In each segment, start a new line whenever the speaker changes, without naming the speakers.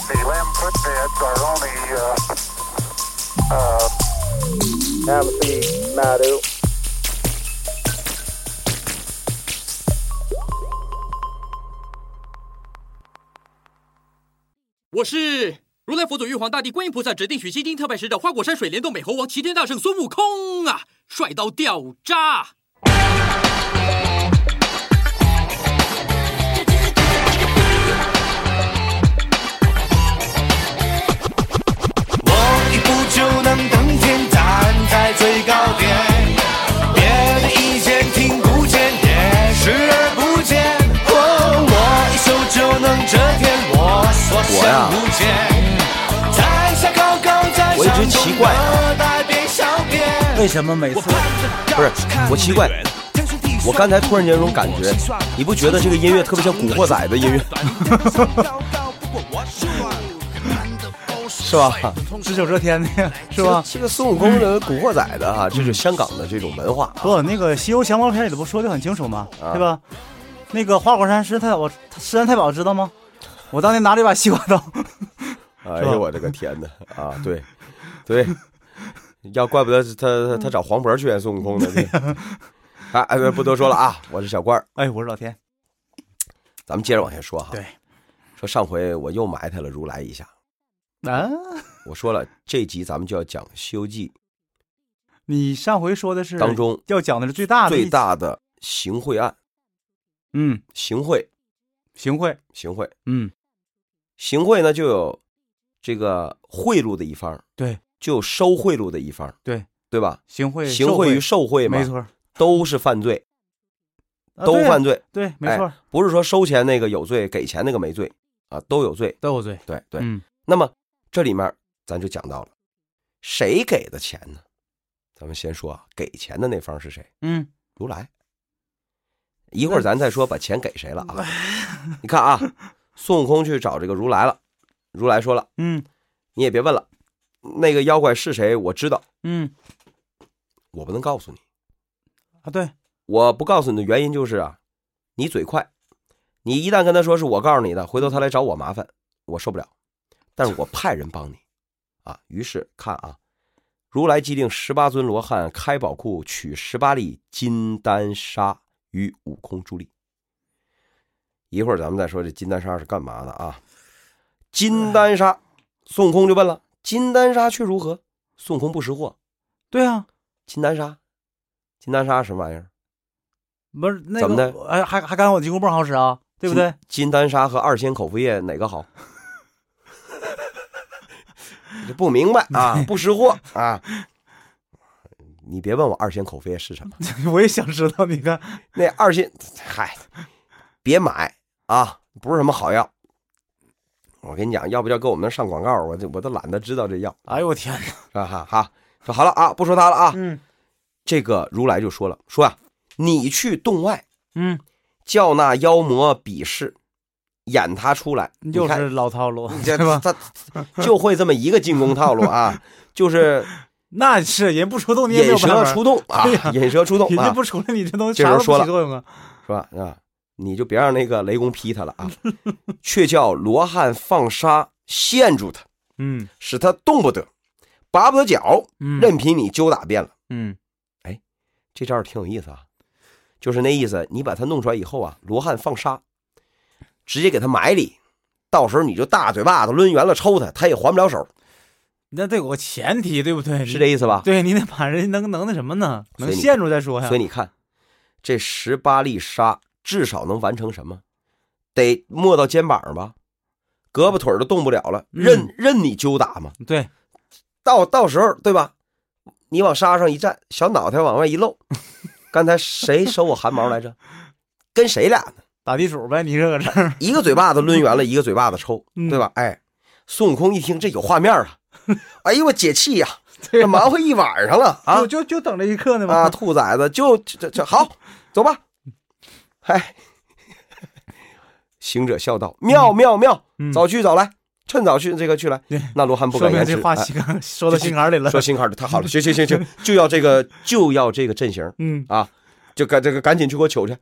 quit bids are only, uh, uh, Amity Madu.
我是如来佛祖、玉皇大帝、观音菩萨指定取西经特派使者花果山水帘洞美猴王、齐天大圣孙悟空啊，帅到掉渣！
我一步就能登天，站在最高点，别的意见听不见，也视而不见。哦，我一手就能遮天，我所
我呀
向无前。在下高高在
我一
上，
直奇怪啊
懂得大变小变。
为什么每次不是我奇怪？我刚才突然间有种感觉，你不觉得这个音乐特别像《古惑仔》的音乐， 是吧？
只手遮天那个是吧？嗯
这个孙悟空的《古惑仔》的哈，这是香港的这种文化。
不，那个《西游降魔篇》里头不说的很清楚吗？
啊
对吧？那个花果山石太保，石山太保知道吗？我当年拿了一把西瓜刀，
哎
是吧
呦我的个天哪！啊，对，对，要怪不得是他他他找黄渤去演孙悟空呢。
嗯
这哎哎，不多说了啊，我是小罐儿，
哎，我是老天，
咱们接着往下说哈。
对，
说上回我又埋汰了如来一下，
啊，
我说了这集咱们就要讲《西游记
你上回说的是》
当中
要讲的是最大的一
最，大的行贿案，
嗯，
行贿，
行贿，
行贿，
嗯，
行贿呢就有这个贿赂的一方，
对，
就有收贿赂的一方，
对，
对吧？
行贿，
行
受贿
贿与受贿嘛，
没，错，
都是犯罪，
啊
都
对啊
犯罪，哎
对，没错，
不是说收钱那个有罪，给钱那个没罪啊，都有罪。
都有罪，
对对，
嗯，
那么这里面咱就讲到了，谁给的钱呢？咱们先说啊，给钱的那方是谁？
嗯，
如来。一会儿咱再说把钱给谁了啊？你看啊，孙悟空去找这个如来了，如来说了，
嗯，
你也别问了，那个妖怪是谁，我知道，
嗯，
我不能告诉你。
啊，对，
我不告诉你的原因就是啊，你嘴快，你一旦跟他说是我告诉你的，回头他来找我麻烦，我受不了。但是我派人帮你，啊，于是看啊，如来既令十八尊罗汉开宝库取十八粒金丹砂与悟空珠粒。一会儿咱们再说这金丹砂是干嘛的啊？金丹砂，孙悟空就问了：金丹砂却如何？孙悟空不识货，
对啊，
金丹砂，金丹砂什么玩意儿？
不是那个，
怎么的
哎，还还敢我金箍棒好使啊，对 不对？
金？金丹砂和二仙口服液哪个好？ 这不明 白啊，不识货啊！你别问我二仙口服液是 什么，
我也想知道，你看，
那二仙，嗨，别买啊，不是什么好药。我跟你讲，要不要给我们上广告，我就我都懒得知道这药
哎呦我天哪，
啊哈哈。说好了啊，不说它了啊。
嗯
这个如来就说了，说啊，你去洞外
嗯，
叫那妖魔比试，演他出来，你
又
看
是老套路，
这
对吧？
他就会这么一个进攻套路啊，就是
那是人不出动，你也没
引
有办
蛇
法
出洞啊
对呀，
引蛇出洞
人家
啊，
不出来，你这东
这
西啥
人
都不
说了
起作用啊！
是吧？啊，你就别让那个雷公劈他了啊，却叫罗汉放沙陷住他，
嗯
使他动不得，拔不得脚，
嗯
任凭你揪打遍了。
嗯，
这招儿挺有意思啊，就是那意思，你把他弄出来以后啊，罗汉放沙，直接给他埋里，到时候你就大嘴巴子抡圆了抽他，他也还不了手，
那得有个前提，对不对？
是这，意思吧？
对你得把人能能那什么呢？
所以
能
你
限住再哎说呀
所以。你看，这十八粒沙至少能完成什么？得没到肩膀上吧，胳膊腿儿都动不了了，任、
嗯
任你揪打嘛。
对，
到到时候对吧？你往沙上一站，小脑袋往外一露，刚才谁收我汗毛来着？ 跟谁俩呢？
打地主呗，你这搁这儿，
一个嘴巴子抡圆了，一个嘴巴子抽，
嗯
对吧？哎，孙悟空一听这有画面啊，哎呦我解气呀、这 忙活一晚上了啊
就！就就等这一刻呢
啊，
嘛。
兔崽子，就这这好，走吧。嗨，行者笑道：“妙妙妙，
嗯
早去早来，趁早去这个去来。
对”
那罗汉不
说
敢
明
言迟
这，话
哎
心肝 说到心坎里了
说。心坎里太 好了，行行行行，就要这个就要这个阵型
嗯，
啊，就赶这个赶紧去给我取去。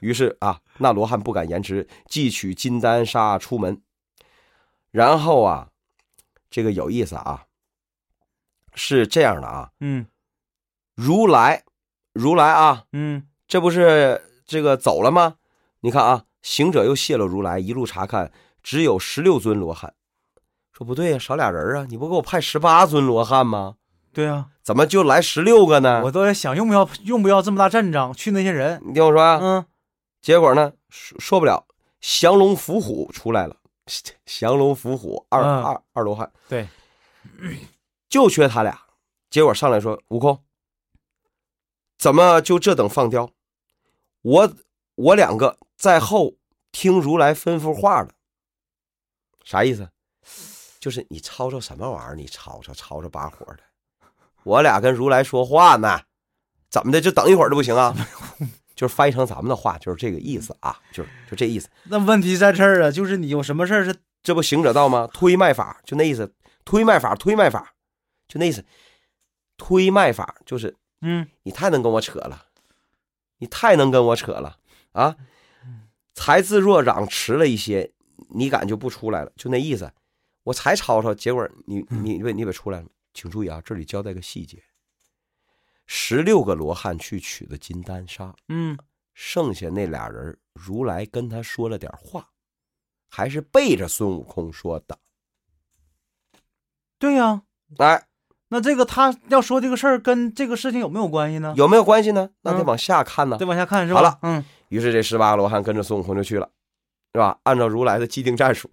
于是啊，那罗汉不敢延迟，即取金丹砂出门，然后啊，这个有意思啊，是这样的啊，
嗯
如来，如来啊，
嗯
这不是这个走了吗？你看啊，行者又谢了如来，一路查看，只有十六尊罗汉。说不对呀、少俩人啊！你不给我派十八尊罗汉吗？
对啊，
怎么就来十六个呢？
我都在想用不要用不要这么大阵仗去那些人，
你听我说啊，
嗯，
结果呢，说说不了，降龙伏虎出来了，降龙伏虎二、
嗯
二二罗汉，
对，
就缺他俩。结果上来说，悟空，怎么就这等放刁？我我两个在后听如来吩咐话了，啥意思？就是你吵吵什么玩意儿？你吵吵吵吵把火的，我俩跟如来说话呢，怎么的？就等一会儿都不行啊？ 就是翻译成咱们的话，就是这个意思啊，就是就这意思。
那问题在这儿啊，就是你有什么事儿是
这不行者道吗？推卖法就那意思，推卖法，推卖法，就那意思，推卖法就是
嗯
你太能跟我扯了，你太能跟我扯了啊！才自若嚷迟了一些，你敢就不出来了，就那意思。我才吵吵，结果你你你你得出来了。请注意啊，这里交代个细节：十六个罗汉去取的金丹砂，
嗯
剩下那俩人，如来跟他说了点话，还是背着孙悟空说的。
对呀、
哎，
那这个他要说这个事儿跟这个事情有没有关系呢？
有没有关系呢？那得
嗯
往下看呢
得。往下看是吧？
好了，
嗯，
于是这十八个罗汉跟着孙悟空就去了，是吧？按照如来的既定战术，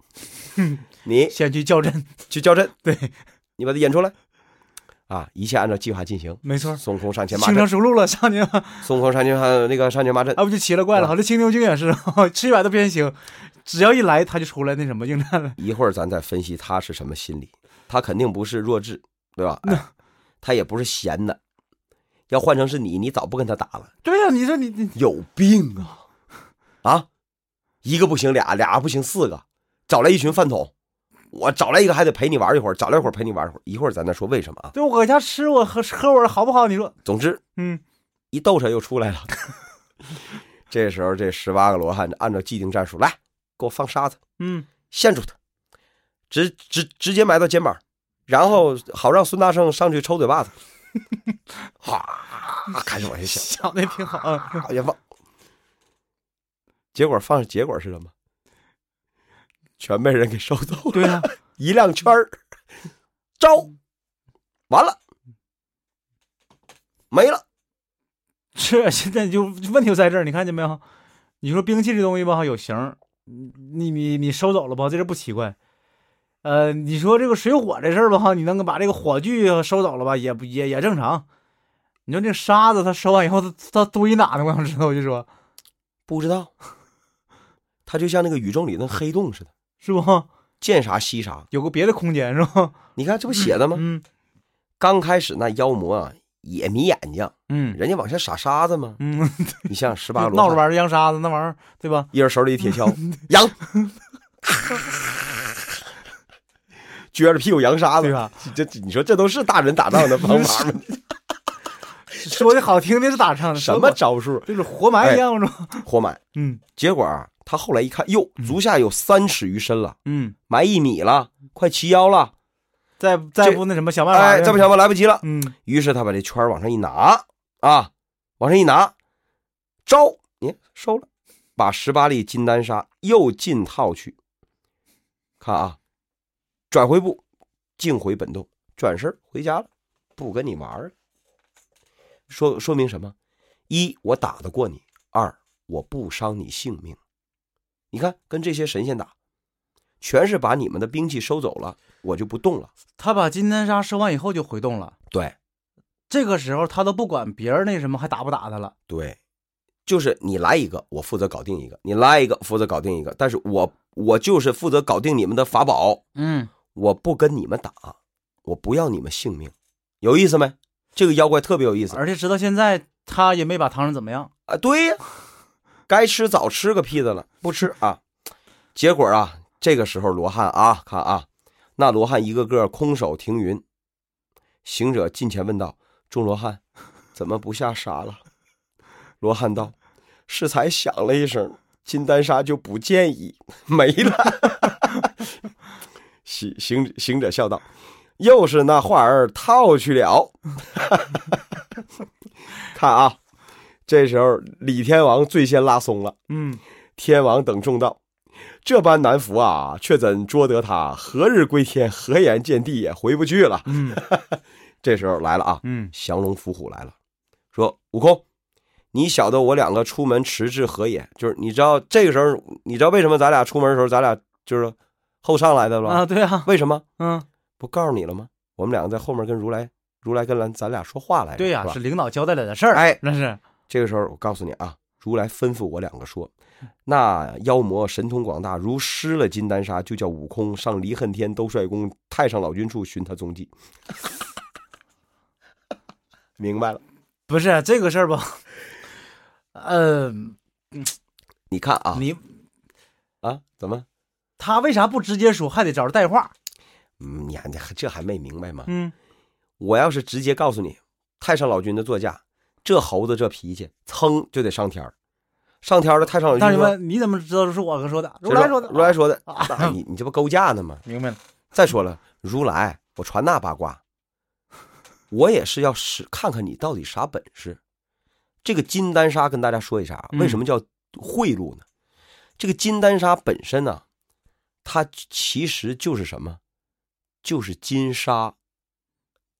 你
先去校正，
去叫阵，
对，
你把他演出来，啊，一切按照计划进行。
没错。
孙悟空上前骂
轻车
阵，
熟路了，上去了，
孙悟空上前喊那个上前骂阵，
啊，不就奇了怪
嗯
了？好，这青牛精也是， 吃一百的偏行，只要一来他就出来那什么应战了。
一会儿咱再分析他是什么心理，他肯定不是弱智，对吧？哎他也不是闲的，要换成是你，你早不跟他打了，
对呀、你说你你
有病啊！啊，一个不行，俩俩不行，四个，找来一群饭桶，我找来一个还得陪你玩一会儿，找来一会儿陪你玩一会儿，一会儿咱再说为什么啊。
对我搁家吃我喝喝我的好不好？你说，
总之，
嗯，
一斗扯又出来了。 这时候，这十八个罗汉按照既定战术，来给我放沙子，
嗯，
陷住他，直直直接埋到肩膀，然后好让孙大圣上去抽嘴巴子。 哗，开始往下想，
想的挺好啊。
往下放。结果放，结果是什么？全被人给收走了，
对呀、
一辆圈儿，招，完了，没了。
是啊现在就问题就在这儿，你看见没有？你说兵器这东西吧，有形儿，你你你收走了吧，这事儿不奇怪。呃，你说这个水火这事儿吧，哈，你能把这个火炬收走了吧，也不也也正常。你说这沙子，它收完以后，它它堆哪呢？我想知道，我就说，
不知道，它就像那个宇宙里那黑洞似的，
是不？
见啥吸啥。
有个别的空间是吧？
你看这不写的吗？
嗯
刚开始那妖魔啊也迷眼睛，
嗯
人家往下撒沙子嘛。
嗯，
你像十八
闹
罗
着
汉，
玩儿的扬沙子那玩意儿，对吧？
一人手里一铁 锹，扬，撅着屁股扬沙子
对啊吧？
这这你说这都是大人打仗的方法吗？
说的好听的 是打仗，
什么哎招数？
就是活埋一样是吧？
活埋。
嗯
结果啊，他后来一看，哟，足下有三尺余深了，
嗯，
埋一米了，快齐腰了，
再再
这
不那什么想办法，
哎，这不，想吧，来不及了。
嗯。
于是他把这圈儿往上一拿啊，往上一拿，招，你收了，把十八粒金丹砂又进套去。看啊，转回步，径回本洞，转身回家了，不跟你玩儿了。说说明什么？一，我打得过你；二，我不伤你性命。你看，跟这些神仙打，全是把你们的兵器收走了，我就不动了。
他把金丹砂收完以后就回洞了。
对，
这个时候他都不管别人那什么还打不打他了，
对，就是你来一个，我负责搞定一个；你来一个，负责搞定一个。但是我我就是负责搞定你们的法宝，
嗯，
我不跟你们打，我不要你们性命，有意思没？这个妖怪特别有意思
而且直到现在他也没把唐僧怎么样，
啊！对呀、该吃早吃个屁的了，不吃啊！结果啊，这个时候罗汉啊，看啊，那罗汉一个个空手停云。行者近前问道：“众罗汉，怎么不下沙了？”罗汉道：“适才响了一声，金丹砂就不见矣，没了。”行行行者笑道：“又是那话儿套去了。”看啊，这时候李天王最先拉松了。
嗯，
天王等众道：“这般难服啊，却怎捉得他？何日归天？何颜见地也回不去了。”
嗯
这时候来了啊，
嗯，
降龙伏虎来了，说：“悟空，你晓得我两个出门迟滞何也？就是你知道这个时候，你知道为什么咱俩出门的时候，咱俩就是后上来的吧？
啊，对 啊，
为什么？
嗯，
不告诉你了吗？我们两个在后面跟如来，如来跟咱咱俩说话来着，
对呀、
是吧
是领导交代了的事儿，
哎
那是，
这个时候我告诉你啊，如来吩咐我两个说，
嗯
那妖魔神通广大，如失了金丹砂，就叫悟空上离恨天兜率宫太上老君处寻他踪迹。 明白了，
不是啊这个事儿吧？呃，
你看啊，
你
啊，怎么，
他为啥不直接说，还得找人带话？
嗯，你还你还这还没明白吗？
嗯，
我要是直接告诉你，太上老君的座驾，这猴子这脾气，噌就得上天儿，上天儿了，太上老
大师
君说，
问你怎么知道是我哥说的？如
谁
来说的，
如来说的，
啊
那你你这不勾架呢吗？
明白了，
再说了，如来，我传那八卦， 我也是要使看看你到底啥本事。这个金丹砂跟大家说一下啊，
嗯
为什么叫贿赂呢？这个金丹砂本身呢、它其实就是什么？就是金沙。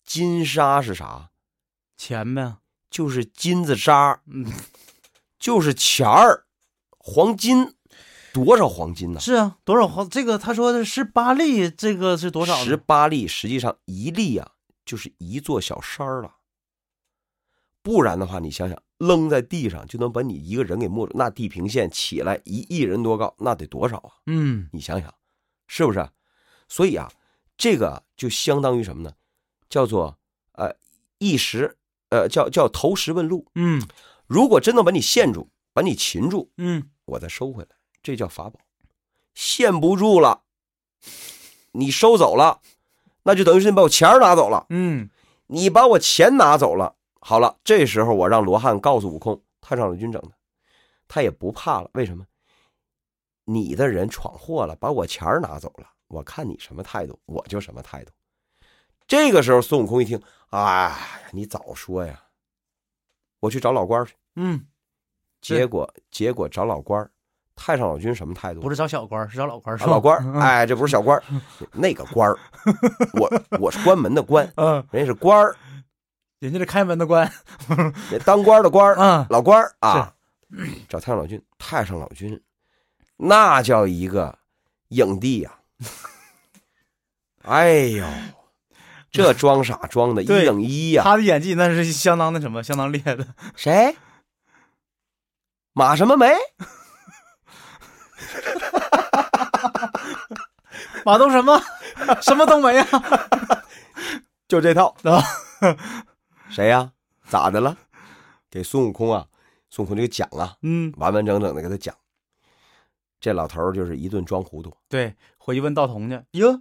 金沙是啥？
钱呗，
就是金子渣，
嗯，
就是钱儿，黄金，多少黄金呢、
是啊，多少黄？这个他说的是八粒，这个是多少呢？
十八粒，实际上一粒啊，就是一座小山儿了。不然的话，你想想，扔在地上就能把你一个人给没住，那地平线起来一亿人多高，那得多少啊？
嗯，
你想想，是不是？所以啊，这个就相当于什么呢？叫做呃一石，呃叫叫投石问路。
嗯
如果真的把你陷住，把你擒住，
嗯，
我再收回来，这叫法宝。限不住了，你收走了，那就等于是你把我钱儿拿走了，
嗯，
你把我钱拿走了。好了，这时候我让罗汉告诉悟空，太上老君整的，他也不怕了。为什么？你的人闯祸了，把我钱儿拿走了，我看你什么态度，我就什么态度。这个时候，孙悟空一听，哎，你早说呀，我去找老官儿去。
嗯，是
结果结果找老官儿，太上老君什么态度？
不是嗯找小官儿，是找老官儿，是
啊
吧
老官儿，，哎，这不是小官儿，那个官儿，我我是关门的关，
嗯，嗯
人家是官儿，
人家这开门的官，
人当官儿的官儿，
啊，
老官儿啊，找太上老君，太上老君那叫一个影帝呀、哎呦，这装傻装的，一
对
影一呀、
他的演技那是相当那什么，相当厉害的。
谁？马什么梅？
马东什 么什么都没啊，
就这套
啊。
谁呀、咋的了？给孙悟空啊，孙悟空这个讲啊，
嗯，
完完整整的给他讲。这老头儿就是一顿装糊涂，
对，回去问道童去，哟，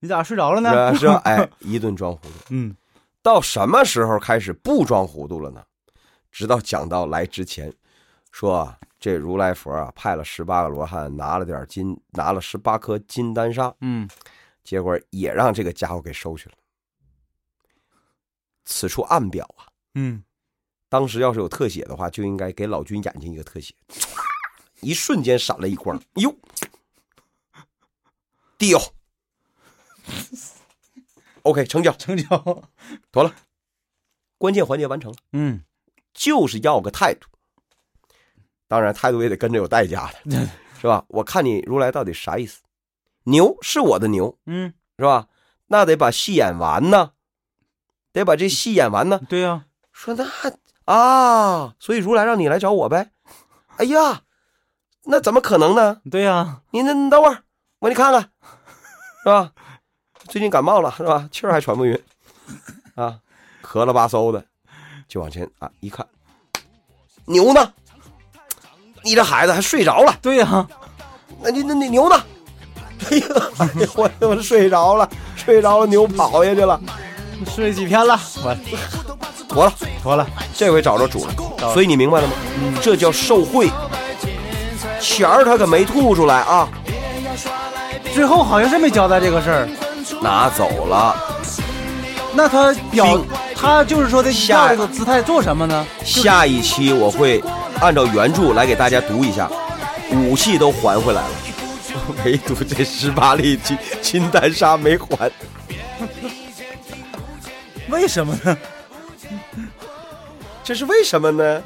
你咋睡着了
是
呢？
吧？是吧？哎，一顿装糊涂。
嗯，
到什么时候开始不装糊涂了呢？直到讲到来之前，说啊，这如来佛啊派了十八个罗汉，拿了点金，拿了十八颗金丹砂，
嗯，
结果也让这个家伙给收去了。此处暗表啊，
嗯，
当时要是有特写的话，就应该给老君眼睛一个特写，一瞬间闪了一光，哟，地友，OK，成交，
成交。
妥了，关键环节完成了，
嗯，
就是要个态度，当然态度也得跟着有代价的，是吧？我看你如来到底啥意思？牛是我的牛，
嗯，
是吧？那得把戏演完呢，得把这戏演完呢。
对呀、
说那啊，所以如来让你来找我呗。哎呀，那怎么可能呢？
对呀、
你那你等会儿，我给你看看，是吧？最近感冒了是吧？气儿还喘不匀，啊，咳了吧嗖的，就往前啊一看，牛呢？你这孩子还睡着了？
对呀、
那你那那牛呢？ 哎呀，我我睡着了，睡着了，牛跑下去了。
睡几天了，我
妥了，
妥了，
这回找着主了。所以你明白了吗？这叫受贿，钱儿他可没吐出来啊，
最后好像是没交代这个事儿。
拿走了，
那他表他就是说的
下
要这个姿态做什么呢？
下一期我会按照原著来给大家读一下，武器都还回来了， 唯独这十八粒金金丹砂没还。
为什么呢？
这是为什么呢？